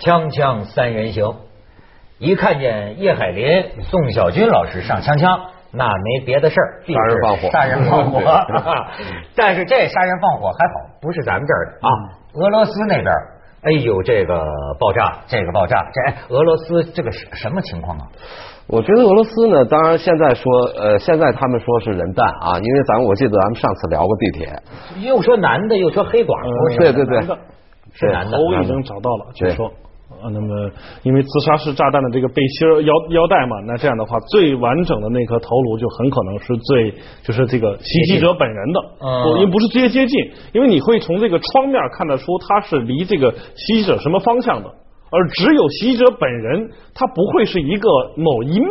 锵锵三人行，一看见叶海林、宋小军老师上锵锵，那没别的事儿，必杀人是放火杀人放火对。 但是这杀人放火还好，不是咱们这儿的啊，嗯俄罗斯那边儿。哎呦，这个爆炸，这个爆炸，这哎俄罗斯这个是什么情况啊？我觉得俄罗斯呢，当然现在说，呃，现在他们说是人弹啊，因为咱们我记得咱们上次聊过地铁，又说男的，又说黑寡哦妇，对对对，是男的嗯头已经找到了，据说。啊，那么因为自杀式炸弹的这个背心儿腰腰带嘛，那这样的话，最完整的那颗头颅就很可能是最就是这个袭击者本人的，嗯不因为不是直接接近，因为你会从这个窗面看得出他是离这个袭击者什么方向的，而只有袭击者本人，他不会是一个某一面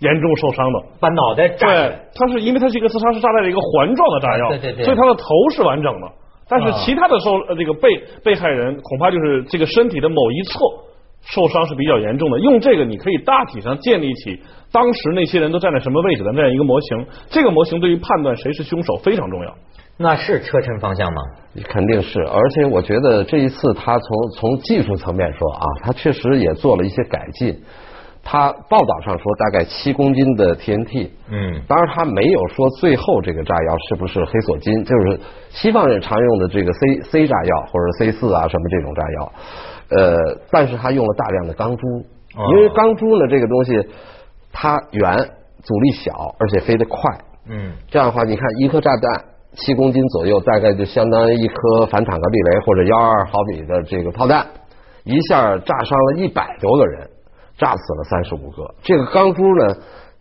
严重受伤的，把脑袋炸啊对，它是因为它是一个自杀式炸弹的一个环状的炸药，对对对所以它的头是完整的，但是啊其他的受呃这个被被害人恐怕就是这个身体的某一侧受伤是比较严重的。用这个你可以大体上建立起当时那些人都站在什么位置的这样一个模型，这个模型对于判断谁是凶手非常重啊要。那是车臣方向吗？肯定是，而且我觉得这一次他从从技术层面说啊，他确实也做了一些改进。他报道上说大概七公斤的 TNT，嗯当然他没有说最后这个炸药是不是黑索金，就是西方人常用的这个 C C 炸药或者 C 四啊什么这种炸药，呃，但是他用了大量的钢珠，哦因为钢珠呢这个东西它圆阻力小，而且飞得快，嗯，这样的话，你看一颗炸弹七公斤左右，大概就相当于一颗反坦克地雷或者幺二毫米的这个炮弹，一下炸伤了一百多个人，炸死了三十五个。这个钢珠呢，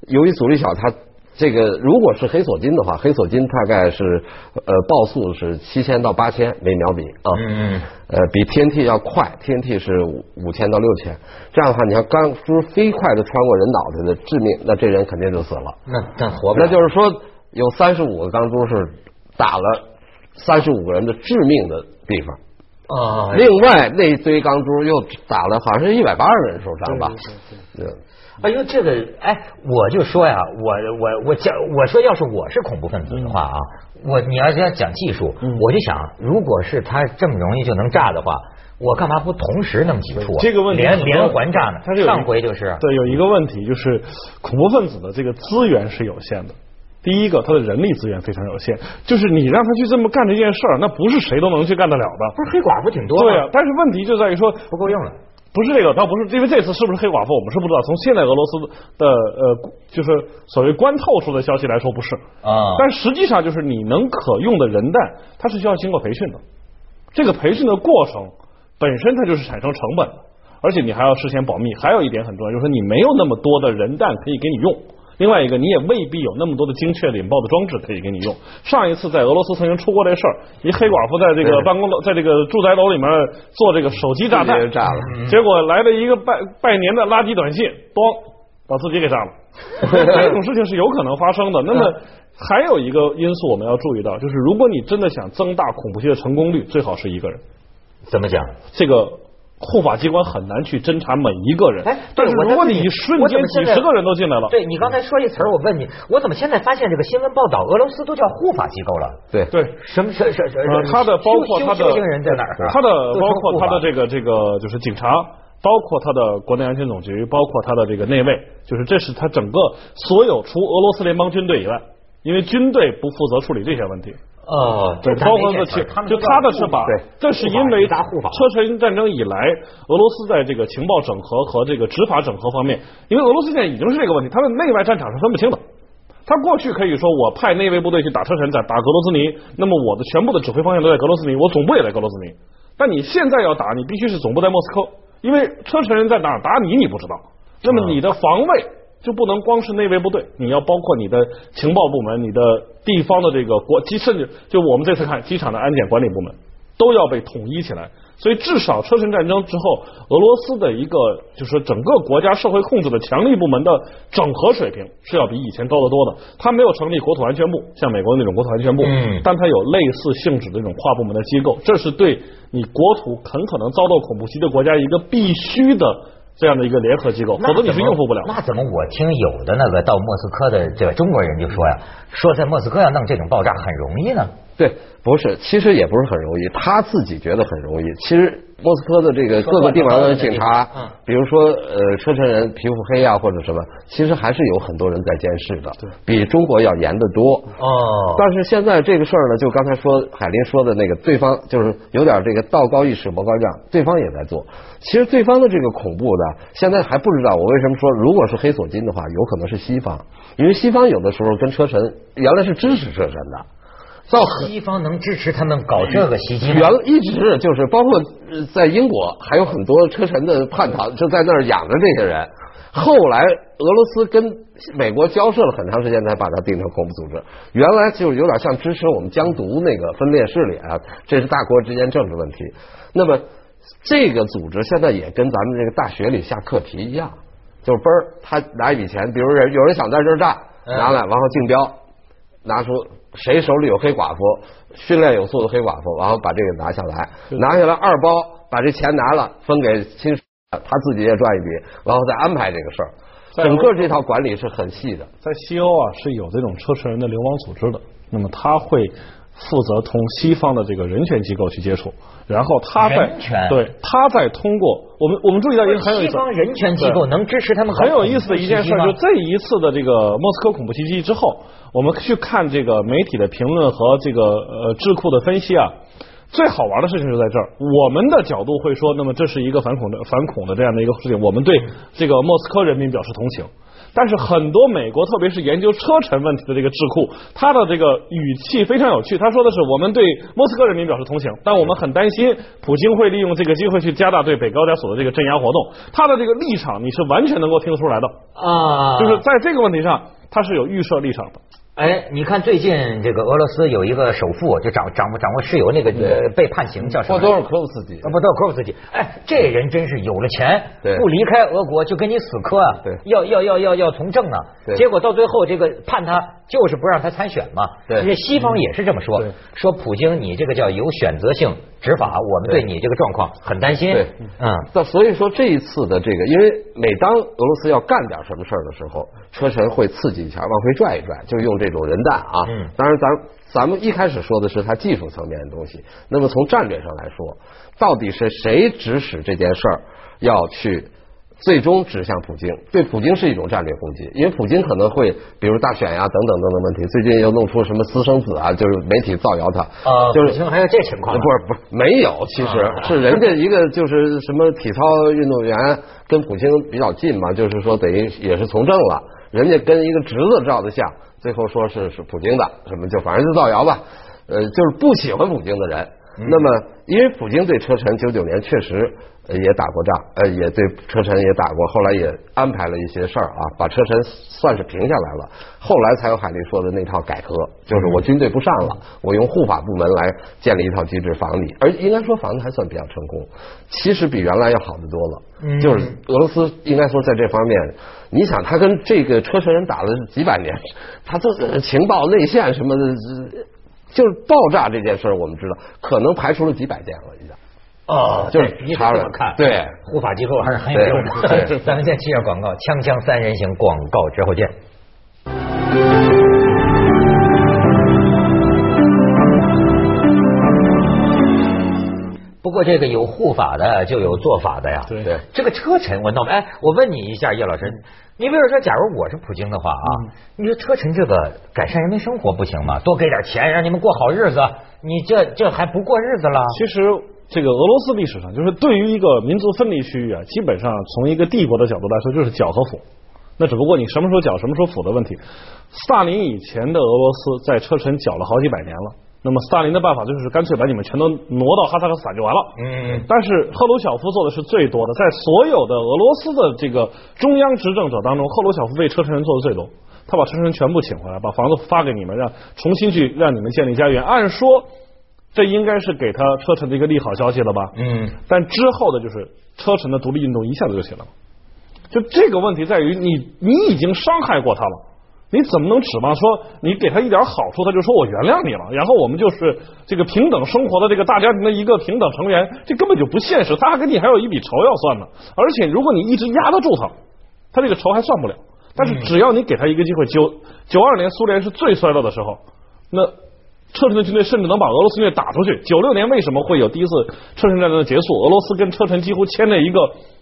由于阻力小，它这个如果是黑索金的话，黑索金大概是呃爆速是七千到八千每秒米啊。嗯嗯呃，比 TNT 要快，TNT 是五五千到六千，这样的话，你看钢珠飞快的穿过人脑袋的致命，那这人肯定就死了。那那活不那了。就是说，有三十五个钢珠是打了三十五个人的致命的地方，啊，另外那一堆钢珠又打了，好像是一百八十人受伤吧？对哎呦，这个哎，我就说呀，我我我讲，我说要是我是恐怖分子的话啊，嗯我你要是要讲技术，我就想，如果是它这么容易就能炸的话，我干嘛不同时弄几处啊？这个问题连很多连环炸呢它是？有一上回就是，对，有一个问题就是恐怖分子的这个资源是有限的。第一个，他的人力资源非常有限，就是你让他去这么干这件事儿，那不是谁都能去干得了的。不是黑寡妇挺多对吗？啊，但是问题就在于说，不够用了。不是这个，倒不是，因为这次是不是黑寡妇，我们是不知道。从现在俄罗斯的呃，就是所谓官透出的消息来说，不是啊嗯但实际上就是你能可用的人弹，它是需要经过培训的。这个培训的过程本身它就是产生成本的，而且你还要事先保密。还有一点很重要，就是说你没有那么多的人弹可以给你用。另外一个，你也未必有那么多的精确引爆的装置可以给你用。上一次在俄罗斯曾经出过这事儿，一黑寡妇在这个办公楼，在这个住宅楼里面做这个手机炸自己弹，人炸了嗯结果来了一个拜拜年的垃圾短信，咣，把自己给炸 了。这种事情是有可能发生的。那么嗯还有一个因素我们要注意到，就是如果你真的想增大恐怖袭击的成功率，最好是一个人。怎么讲？这个护法机关很难去侦查每一个人。哎，对但是我如果再问你一瞬我怎间么几现在十个人都进来了，对你刚才说一词儿，我问你，我怎么现在发现这个新闻报道，俄罗斯都叫护法机构了？对对，什么什什什呃，他的包括他的修行人在哪儿？他的都包成括护他法的这个这个就是警察，包括他的国内安全总局，包括他的这个内卫，就是这是他整个所有除俄罗斯联邦军队以外，因为军队不负责处理这些问题。哦，对，他包括没的这其事儿们就叫他的是把护法，这是护法因为一大护法，车臣战争以来，俄罗斯在这个情报整合和这个执法整合方面，因为俄罗斯现在已经是这个问题，他的内外战场是分不清的。他过去可以说我派内卫部队去打车臣，打打格罗斯尼，那么我的全部的指挥方向都在格罗斯尼，我总部也在格罗斯尼。但你现在要打，你必须是总部在莫斯科，因为车臣人在哪儿打你你不知道，那么你的防卫就不能光是内卫部队，你要包括你的情报部门、你的地方的这个国机，甚至就我们这次看机场的安检管理部门都要被统一起来。所以至少车臣战争之后，俄罗斯的一个就是说整个国家社会控制的强力部门的整合水平是要比以前高得多的。它没有成立国土安全部，像美国那种国土安全部，嗯但它有类似性质的这种跨部门的机构，这是对你国土很可能遭到恐怖袭击的国家一个必须的这样的一个联合机构，那否则你是怎么应付不了。那怎么我听有的那个到莫斯科的这个中国人就说呀，说在莫斯科要弄这种爆炸很容易呢？对，不是，其实也不是很容易，他自己觉得很容易，其实莫斯科的这个各个地啊方的警察嗯，比如说呃车臣人皮肤黑啊或者什么，其实还是有很多人在监视的，比中国要严得多。哦，但是现在这个事儿呢，就刚才说海林说的那个，对方就是有点这个道高一尺魔高一丈，对方也在做。其实对方的这个恐怖呢，现在还不知道。我为什么说如果是黑索金的话，有可能是西方，因为西方有的时候跟车臣原来是支持车臣的，到西方能支持他们搞这个袭击吗？原一直就是包括呃在英国还有很多车臣的叛逃，就在那儿养着这些人。后来俄罗斯跟美国交涉了很长时间，才把它定成恐怖组织。原来就是有点像支持我们疆独那个分裂势力啊，这是大国之间政治问题。那么这个组织现在也跟咱们这个大学里下课题一样，就是嘣儿他拿一笔钱，比如人有人想在这儿干，嗯拿来然后竞标，拿出谁手里有黑寡妇，训练有素的黑寡妇，然后把这个拿下来，拿下来二包，把这钱拿了分给亲属，他自己也赚一笔，然后再安排这个事儿。在整个这套管理是很细的，在西欧啊是有这种车臣人的流亡组织的，那么他会负责同西方的这个人权机构去接触，然后他在人权对他在通过我们我们注意到一个很有意西思。方人权机构能支持他们搞很有意思的一件事，恐怖就袭击吗这一次的这个莫斯科恐怖袭击之后，我们去看这个媒体的评论和这个呃智库的分析啊，最好玩的事情就在这儿。我们的角度会说，那么这是一个反恐的反恐的这样的一个事情，我们对这个莫斯科人民表示同情。但是很多美国，特别是研究车臣问题的这个智库，他的这个语气非常有趣。他说的是，我们对莫斯科人民表示同情，但我们很担心普京会利用这个机会去加大对北高加索的这个镇压活动。他的这个立场，你是完全能够听得出来的，啊，就是在这个问题上，他是有预设立场的。哎，你看最近这个俄罗斯有一个首富，就掌掌握掌握石油那个呃被判刑叫什么？霍多尔科夫斯基啊，不，德科夫斯基，哎，这人真是有了钱，对不离开俄国就跟你死磕啊，对要要要要要从政啊，对结果到最后这个判他就是不让他参选嘛，对这西方也是这么说，嗯对说普京你这个叫有选择性执法，我们对对你这个状况很担心，对嗯，那所以说这一次的这个，因为每当俄罗斯要干点什么事儿的时候，车臣会刺激一下，往回拽一拽，就用这种人弹啊。嗯当然咱，咱们一开始说的是它技术层面的东西，那么从战略上来说，到底是谁指使这件事儿要去？最终指向普京，对普京是一种战略攻击，因为普京可能会，比如大选呀、等等等等问题。最近又弄出什么私生子啊，就是媒体造谣他，啊，就是普京还有这情况啊，不是不是没有，其实啊是人家一个就是什么体操运动员跟普京比较近嘛，就是说等于也是从政了，人家跟一个侄子照的相，最后说是是普京的，什么就反正就造谣吧，呃，就是不喜欢普京的人。嗯那么，因为普京对车臣九九年确实呃也打过仗，呃，也对车臣也打过，后来也安排了一些事儿啊，把车臣算是平下来了。后来才有海利说的那套改革，就是我军队不上了，我用护法部门来建立一套机制防你，而应该说防的还算比较成功，其实比原来要好得多嗯了。就是俄罗斯应该说在这方面，你想他跟这个车臣人打了几百年，他这个情报内线什么的，呃就是爆炸这件事儿我们知道，可能排除了几百件了已经。哦，就是对你得查这了么看，对护法机构还是很有用对的。咱们先去下广告，锵锵三人行广告之后见。不过这个有护法的就有做法的呀。对对这个车臣我闹不哎，我问你一下，叶老师，你比如说，假如我是普京的话啊，嗯你说车臣这个改善人民生活不行吗？多给点钱，让你们过好日子，你这这还不过日子了？其实这个俄罗斯历史上，就是对于一个民族分离区域啊，基本上从一个帝国的角度来说，就是剿和抚。那只不过你什么时候剿，什么时候抚的问题。斯大林以前的俄罗斯在车臣剿了好几百年了。那么斯大林的办法就是干脆把你们全都挪到哈萨克斯坦就完了。嗯但是赫鲁晓夫做的是最多的，在所有的俄罗斯的这个中央执政者当中，赫鲁晓夫被车臣人做的最多。他把车臣人全部请回来，把房子发给你们，让重新去让你们建立家园。按说这应该是给他车臣的一个利好消息了吧？嗯。但之后的就是车臣的独立运动一下子就起来了。就这个问题在于你，你已经伤害过他了，你怎么能指望说你给他一点好处，他就说我原谅你了，然后我们就是这个平等生活的这个大家庭的一个平等成员，这根本就不现实。他还跟你还有一笔仇要算呢，而且如果你一直压得住他，他这个仇还算不了。但是只要你给他一个机会，九九二年苏联是最衰落的时候，那车臣的军队甚至能把俄罗斯军队打出去。九六年为什么会有第一次车臣战争的结束？俄罗斯跟车臣几乎签了一个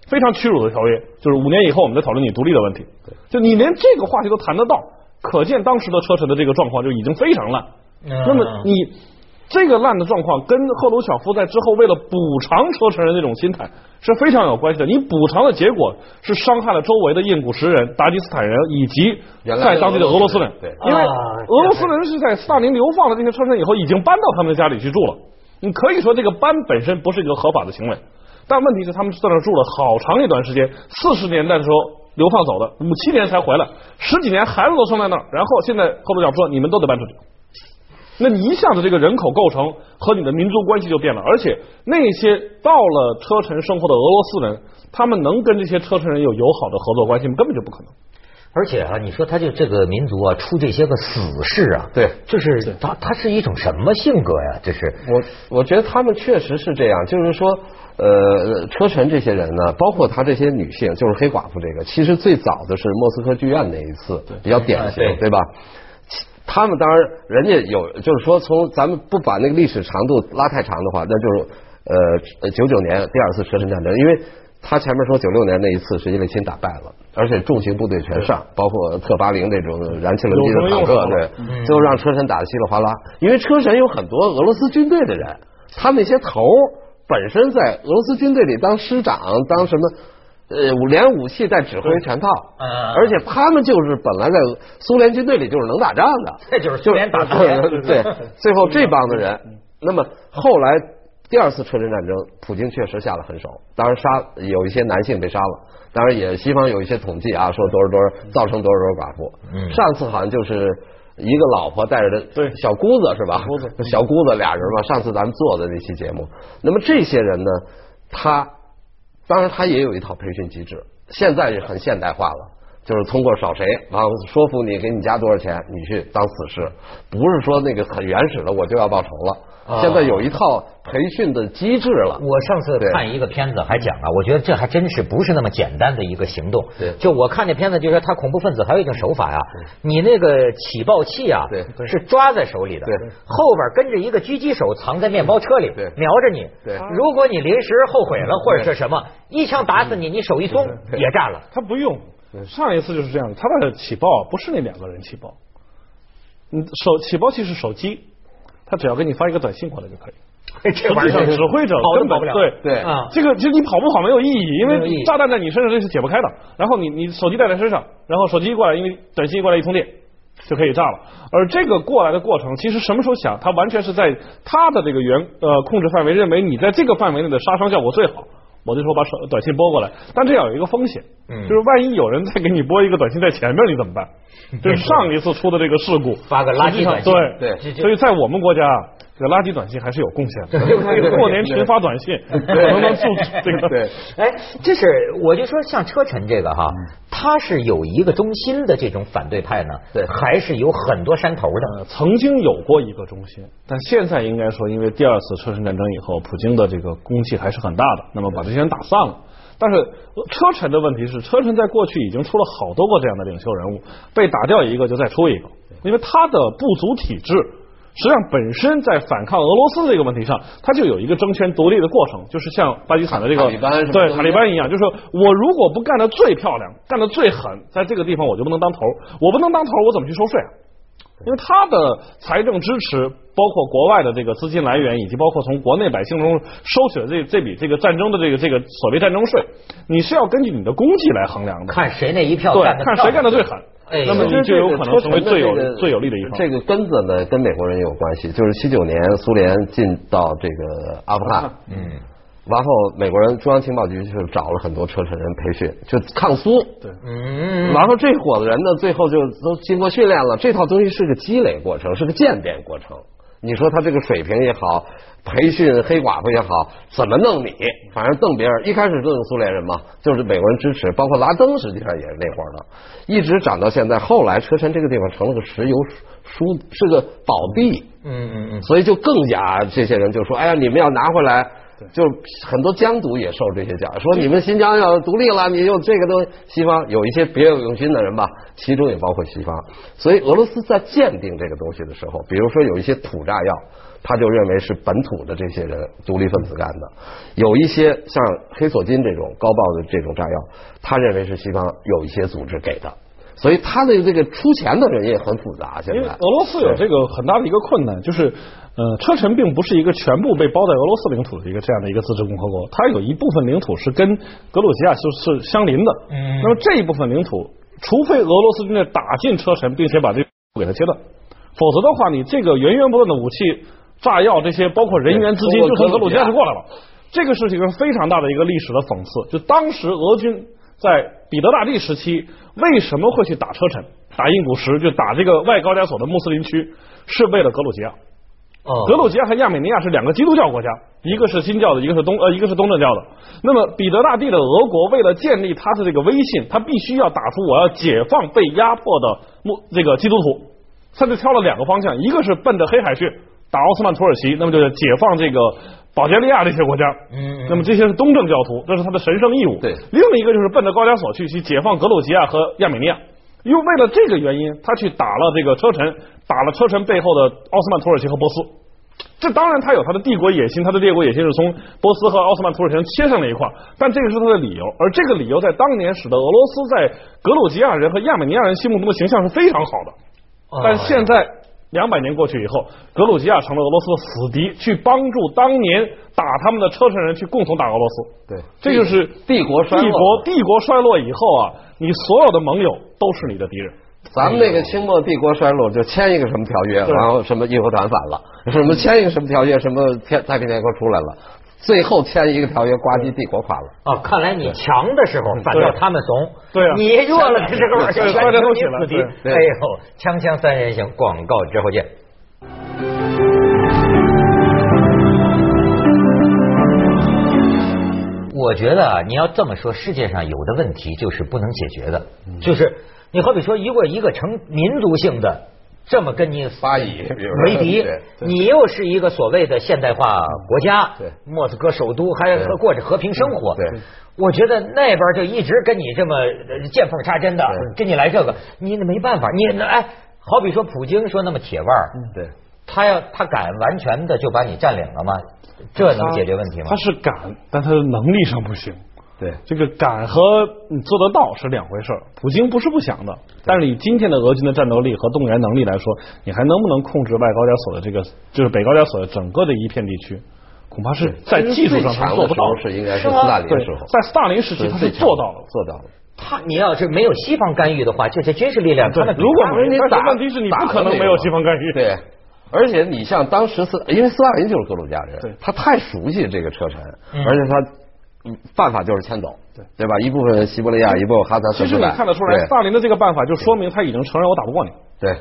非常屈辱的条约，就是五年以后我们再讨论你独立的问题。就你连这个话题都谈得到，可见当时的车臣的这个状况就已经非常烂。嗯那么你这个烂的状况，跟赫鲁晓夫在之后为了补偿车臣人那种心态是非常有关系的。你补偿的结果是伤害了周围的印古什人、达吉斯坦人以及原来在当地的俄罗斯人，对因为啊俄罗斯人是在斯大林流放了这些车臣以后，已经搬到他们的家里去住了。你可以说这个搬本身不是一个合法的行为，但问题是他们在那儿住了好长一段时间，四十年代的时候流放走的，五七年才回来，十几年孩子都生在那儿，然后现在赫鲁晓夫说你们都得搬出去。那你一下子这个人口构成和你的民族关系就变了，而且那些到了车臣生活的俄罗斯人，他们能跟这些车臣人有友好的合作关系吗？根本就不可能。而且啊，你说他就这个民族啊，出这些个死士啊，对这是他他是一种什么性格呀？这是我我觉得他们确实是这样，就是说，呃，车臣这些人呢，包括他这些女性，就是黑寡妇这个，其实最早的是莫斯科剧院那一次，比较典型，啊对对吧？其他们当然，人家有，就是说，从咱们不把那个历史长度拉太长的话，那就是呃，九九年第二次车臣战争，因为他前面说九六年那一次是叶利钦打败了，而且重型部队全上，包括特八零这种燃气轮机的坦有什么用克，啊对，最后让车臣打得稀里哗啦。因为车臣有很多俄罗斯军队的人，他们那些头儿本身在俄罗斯军队里当师长，当什么。呃，连武器带指挥全套，嗯嗯嗯而且他们就是本来在苏联军队里就是能打仗的，这就是嗯苏联打 对，最后这帮子人，那么后来第二次车臣战争，普京确实下了狠手，当然杀有一些男性被杀了，当然也西方有一些统计啊，说多少多少造成多少多少寡妇。嗯上次好像就是。一个老婆带着的对小姑子是吧？姑子 小姑子俩人嘛，上次咱们做的那期节目。那么这些人呢，他当然他也有一套培训机制，现在也很现代化了，就是通过找谁，然后说服你给你加多少钱，你去当死士，不是说那个很原始的我就要报仇啊了，现在有一套培训的机制了。我上次对看一个片子还讲啊，我觉得这还真是不是那么简单的一个行动对。就我看那片子，就说他恐怖分子还有一种手法呀、你那个起爆器啊对，是抓在手里的对，后边跟着一个狙击手藏在面包车里对，瞄着你对。如果你临时后悔了或者是什么，一枪打死你，你手一松也炸了。他不用，上一次就是这样的。他那起爆不是那两个人起爆，嗯，手起爆器是手机，他只要给你发一个短信过来就可以。 这实际上是指挥者跑都根跑本不了。对对啊这个其实你跑不跑没有意义，因没有意为义炸弹在你身上这是解不开的。然后你你手机带在身上，然后手机一过来，因为短信一过来一通电就可以炸了。而这个过来的过程，其实什么时候想，它完全是在它的这个原呃控制范围，认为你在这个范围内的杀伤效果最好。我就说把手短信拨过来，但这样有一个风险，嗯就是万一有人再给你拨一个短信在前面，你怎 么办？就是上一次出的这个事故，发个垃圾实际上短信对对这这所以在我们国家，这个垃圾短信还 是有贡献的。对对对过年群发短信，能不能做这个？对，哎，这是我就说像车臣这个哈，嗯它是有一个中心的这种反对派呢，对还是有很多山头的。呃，曾经有过一个中心，但现在应该说，因为第二次车臣战争以后，普京的这个功气还是很大的，那么把这些人打散了。但是呃车臣的问题是，车臣在过去已经出了好多个这样的领袖人物，被打掉一个就再出一个，因为他的部族体制。实际上，本身在反抗俄罗斯这个问题上，它就有一个争权夺利的过程，就是像巴基斯坦的这个塔利班什么对都塔利一样班一样，就是说我如果不干得最漂亮，干得最狠，在这个地方我就不能当头，我不能当头，我怎么去收税啊？因为他的财政支持，包括国外的这个资金来源，以及包括从国内百姓中收取的这这笔这个战争的这个这个所谓战争税，你是要根据你的功绩来衡量的，看谁那一票干对，得看谁干的最漂狠亮。哎，那么其实你就有可能成为最有这个最有利的一方这个根子呢，跟美国人有关系，就是七九年苏联进到这个阿富汗，啊嗯，然后美国人中央情报局就找了很多车臣人培训，就抗苏。对。嗯，然后这伙子人呢，最后就都经过训练了，这套东西是个积累过程，是个渐变过程。你说他这个水平也好，培训黑寡妇也好，怎么弄你？反正瞪别人，一开始瞪苏联人嘛，就是美国人支持，包括拉登实际上也是那会儿的，一直涨到现在。后来车臣这个地方成了个石油输，是个宝地，嗯嗯嗯，所以就更加这些人就说：“哎呀，你们要拿回来，对就很多疆独也受这些教育，说你们新疆要独立了，你用这个东西，西方有一些别有用心的人吧，其中也包括西方。所以俄罗斯在鉴定这个东西的时候，比如说有一些土炸药，他就认为是本土的这些人独立分子干的；有一些像黑索金这种高爆的这种炸药，他认为是西方有一些组织给的。所以他的这个出钱的人也很复杂，现因为在俄罗斯有这个很大的一个困难，就是呃，车臣并不是一个全部被包在俄罗斯领土的一个这样的一个自治共和国，它有一部分领土是跟格鲁吉亚就是相邻的。嗯那么这一部分领土，除非俄罗斯军队打进车臣，并且把这个给它切断，否则的话，你这个源源不断的武器、炸药这些，包括人员、对资金，通过就从格格鲁鲁吉吉亚亚就过来了。这个事情是非常大的一个历史的讽刺。就当时俄军在彼得大帝时期，为什么会去打车臣、打印古什，就打这个外高加索的穆斯林区，是为了格鲁吉亚。哦格鲁吉亚和亚美尼亚是两个基督教国家，一个是新教的，一个是东呃一个是东正教的。那么彼得大帝的俄国为了建立他的这个威信，他必须要打出我要解放被压迫的穆这个基督徒，他就挑了两个方向，一个是奔着黑海去打奥斯曼土耳其，那么就是解放这个保加利亚这些国家。嗯嗯那么这些是东正教徒，这是他的神圣义务。对另一个就是奔着高加索去，去解放格鲁吉亚和亚美尼亚。因为为了这个原因，他去打了这个车臣，打了车臣背后的奥斯曼土耳其和波斯。这当然他有他的帝国野心，他的列国野心是从波斯和奥斯曼土耳其人切上了一块儿，但这个是他的理由，而这个理由在当年使得俄罗斯在格鲁吉亚人和亚美尼亚人心目中的形象是非常好的。哦哦但现在两百年过去以后，格鲁吉亚成了俄罗斯的死敌，去帮助当年打他们的车臣人去共同打俄罗斯。对这就是帝国衰落帝国帝国衰落以后啊，你所有的盟友都是你的敌人。咱们那个清末帝国衰落，就签一个什么条约，对然后什么义和团反了，什么签一个什么条约，什么天太平天国出来了，最后签一个条约，呱唧帝国垮了。哦，看来你强的时候，反嗯对倒他们怂；对啊你弱了的时候，对全大家都成起来你死敌。对哎呦，锵锵三人行，广告之后见。我觉得啊，你要这么说，世界上有的问题就是不能解决的，嗯就是你好比说，如果一个成民族性的这么跟你巴以比如说为敌对，对你又是一个所谓的现代化国家，对莫斯科首都还对过着和平生活，嗯对我觉得那边就一直跟你这么呃见缝插针的对，跟你来这个，你没办法，你那哎，好比说普京说那么铁腕儿，嗯对，他要他敢完全的就把你占领了吗？这能解决问题吗他？是敢，但他的能力上不行。对，这个敢和你做得到是两回事儿。普京不是不想的，但是以今天的俄军的战斗力和动员能力来说，你还能不能控制外高加索的这个，就是北高加索的整个的一片地区？恐怕是在技术最上强是的做不到时候是应该是斯大林的对时候，在斯大林时期他是最强做到了。做到了。他你要是没有西方干预的话，这些军事力量他对们，比如果他没们，但打是问题是你不可能没有西方干预。对，而且你像当时斯，因为斯大林就是格鲁吉亚人，对他太熟悉这个车臣，嗯而且他嗯办法就是迁走，对对吧？一部分西伯利亚，一部分哈萨克嗯其实斯你坦，看得出来，斯大林的这个办法就说明他已经承认我打不过你，对对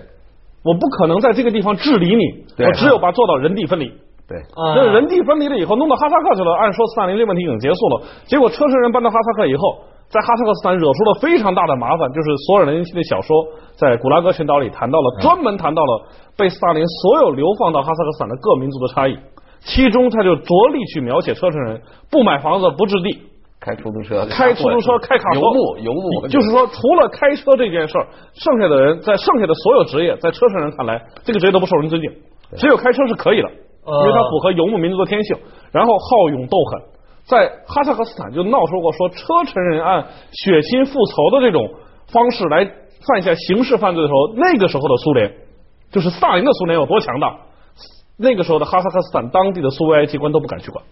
我不可能在这个地方治理你，对嗯我只有把做到人地分离。对啊那人地分离了以后，弄到哈萨克去了。按说斯大林这问题已经结束了，结果车臣人搬到哈萨克以后，在哈萨克斯坦惹出了非常大的麻烦。就是索尔仁的小说在《古拉格群岛》里谈到了，专门谈到了被斯大林所有流放到哈萨克斯坦的各民族的差异，其中他就着力去描写车臣人不买房子、不置地，开出租车，开出租车、开卡车、游牧游牧，就是说，除了开车这件事儿，剩下的人在剩下的所有职业，在车上人看来，这个职业都不受人尊敬。只有开车是可以的，因为它符合游牧民族的天性，然后好勇斗狠。在哈萨克斯坦就闹出过说车臣人按血亲复仇的这种方式来犯下刑事犯罪的时候，那个时候的苏联，就是斯大林的苏联有多强大，那个时候的哈萨克斯坦当地的苏维埃机关都不敢去管。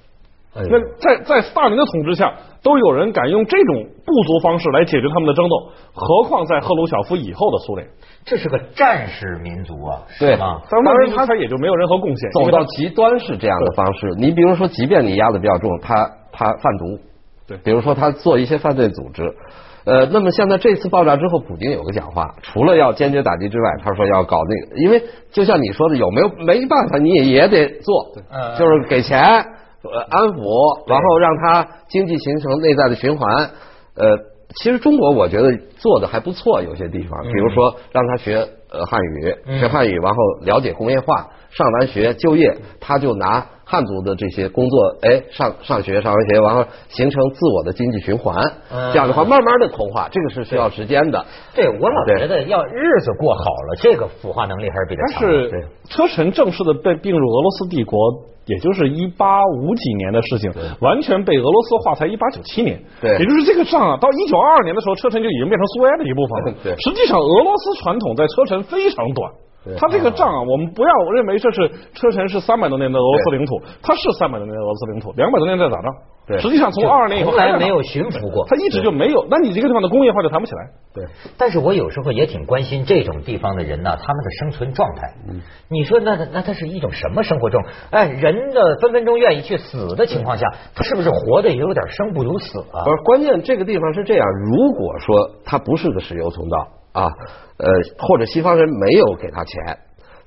哎呦那在在斯大林的统治下，都有人敢用这种部族方式来解决他们的争斗，何况在赫鲁晓夫以后的苏联？这是个战士民族啊，对是吗？当然，他也就没有任何贡献。因走为到他极端是这样的方式。你比如说，即便你压的比较重，他他贩毒，对比如说他做一些犯罪组织。呃，那么现在这次爆炸之后，普京有个讲话，除了要坚决打击之外，他说要搞那个，因为就像你说的，有没有没办法，你也也得做嗯，就是给钱，呃，安抚，然后让他经济形成内在的循环。呃，其实中国我觉得做的还不错，有些地方，比嗯如说让他学呃汉语，嗯学汉。汉语，然后了解工业化，上完学就业，他就拿汉族的这些工作，哎，上上学上完学，完后形成自我的经济循环，嗯这样的话慢慢的同化，这个是需要时间的。对我老对觉得要日子过好了，这个腐化能力还是比较但强的。对是车臣正式的被并入俄罗斯帝国，也就是一八五几年的事情，完全被俄罗斯化才一八九七年。对也就是这个账啊，到一九二二年的时候，车臣就已经变成苏维埃的一部分了 。对实际上俄罗斯传统在车臣非常短对。它这个账啊，我们不要认为这是车臣是三百多年的俄罗斯领土，它是三百多年的俄罗斯领土，两百多年在打仗。对实际上从二二年以后从还在来打没有，驯服过它。一直就没有。那你这个地方的工业化就谈不起来。对，但是我有时候也挺关心这种地方的人呐、他们的生存状态。你说那那他是一种什么生活状态？哎，人的分分钟愿意去死的情况下，他是不是活的也有点生不如死啊不？是，关键这个地方是这样，如果说它不是个石油通道啊，呃，或者西方人没有给他钱。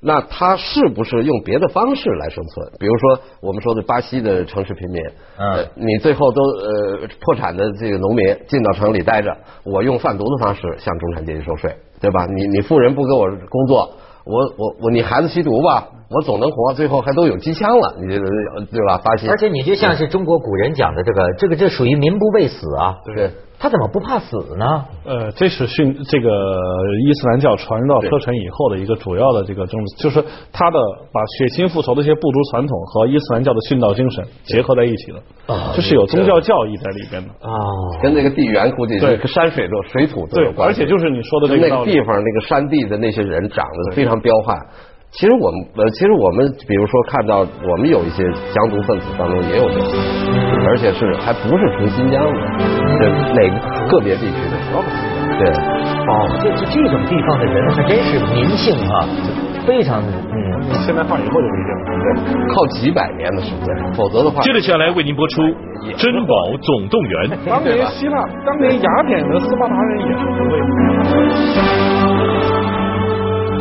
那他是不是用别的方式来生存？比如说我们说的巴西的城市贫民，嗯呃你最后都呃破产的这个农民进到城里待着，我用贩毒的方式向中产阶级收税，对吧？你你富人不给我工作，我我我你孩子吸毒吧，我总能活，最后还都有机枪了，你这个对吧？巴西，而且你就像是中国古人讲的这个，这个这属于民不畏死啊。对他怎么不怕死呢？呃，这是训这个伊斯兰教传入到车臣以后的一个主要的这个政治，就是他的把血亲复仇的一些部族传统和伊斯兰教的殉道精神结合在一起的，啊这是有宗教教义在里边的。哦，跟那个地缘估计对是跟山水都水土都对有，关而系。且就是你说的这个那道个理，地方那个山地的那些人长得非常彪悍。其实我们呃，其实我们比如说看到我们有一些降族分子当中也有这种，而且是还不是从新疆的，对哪个个别地区的，对，哦，这这这种地方的人还真是民性啊，非常嗯。现代化以后就不一样了。对靠几百年的时间，否则的话，接着下来为您播出《珍宝总动员》。当年希腊，当年雅典的斯巴达人也是不畏。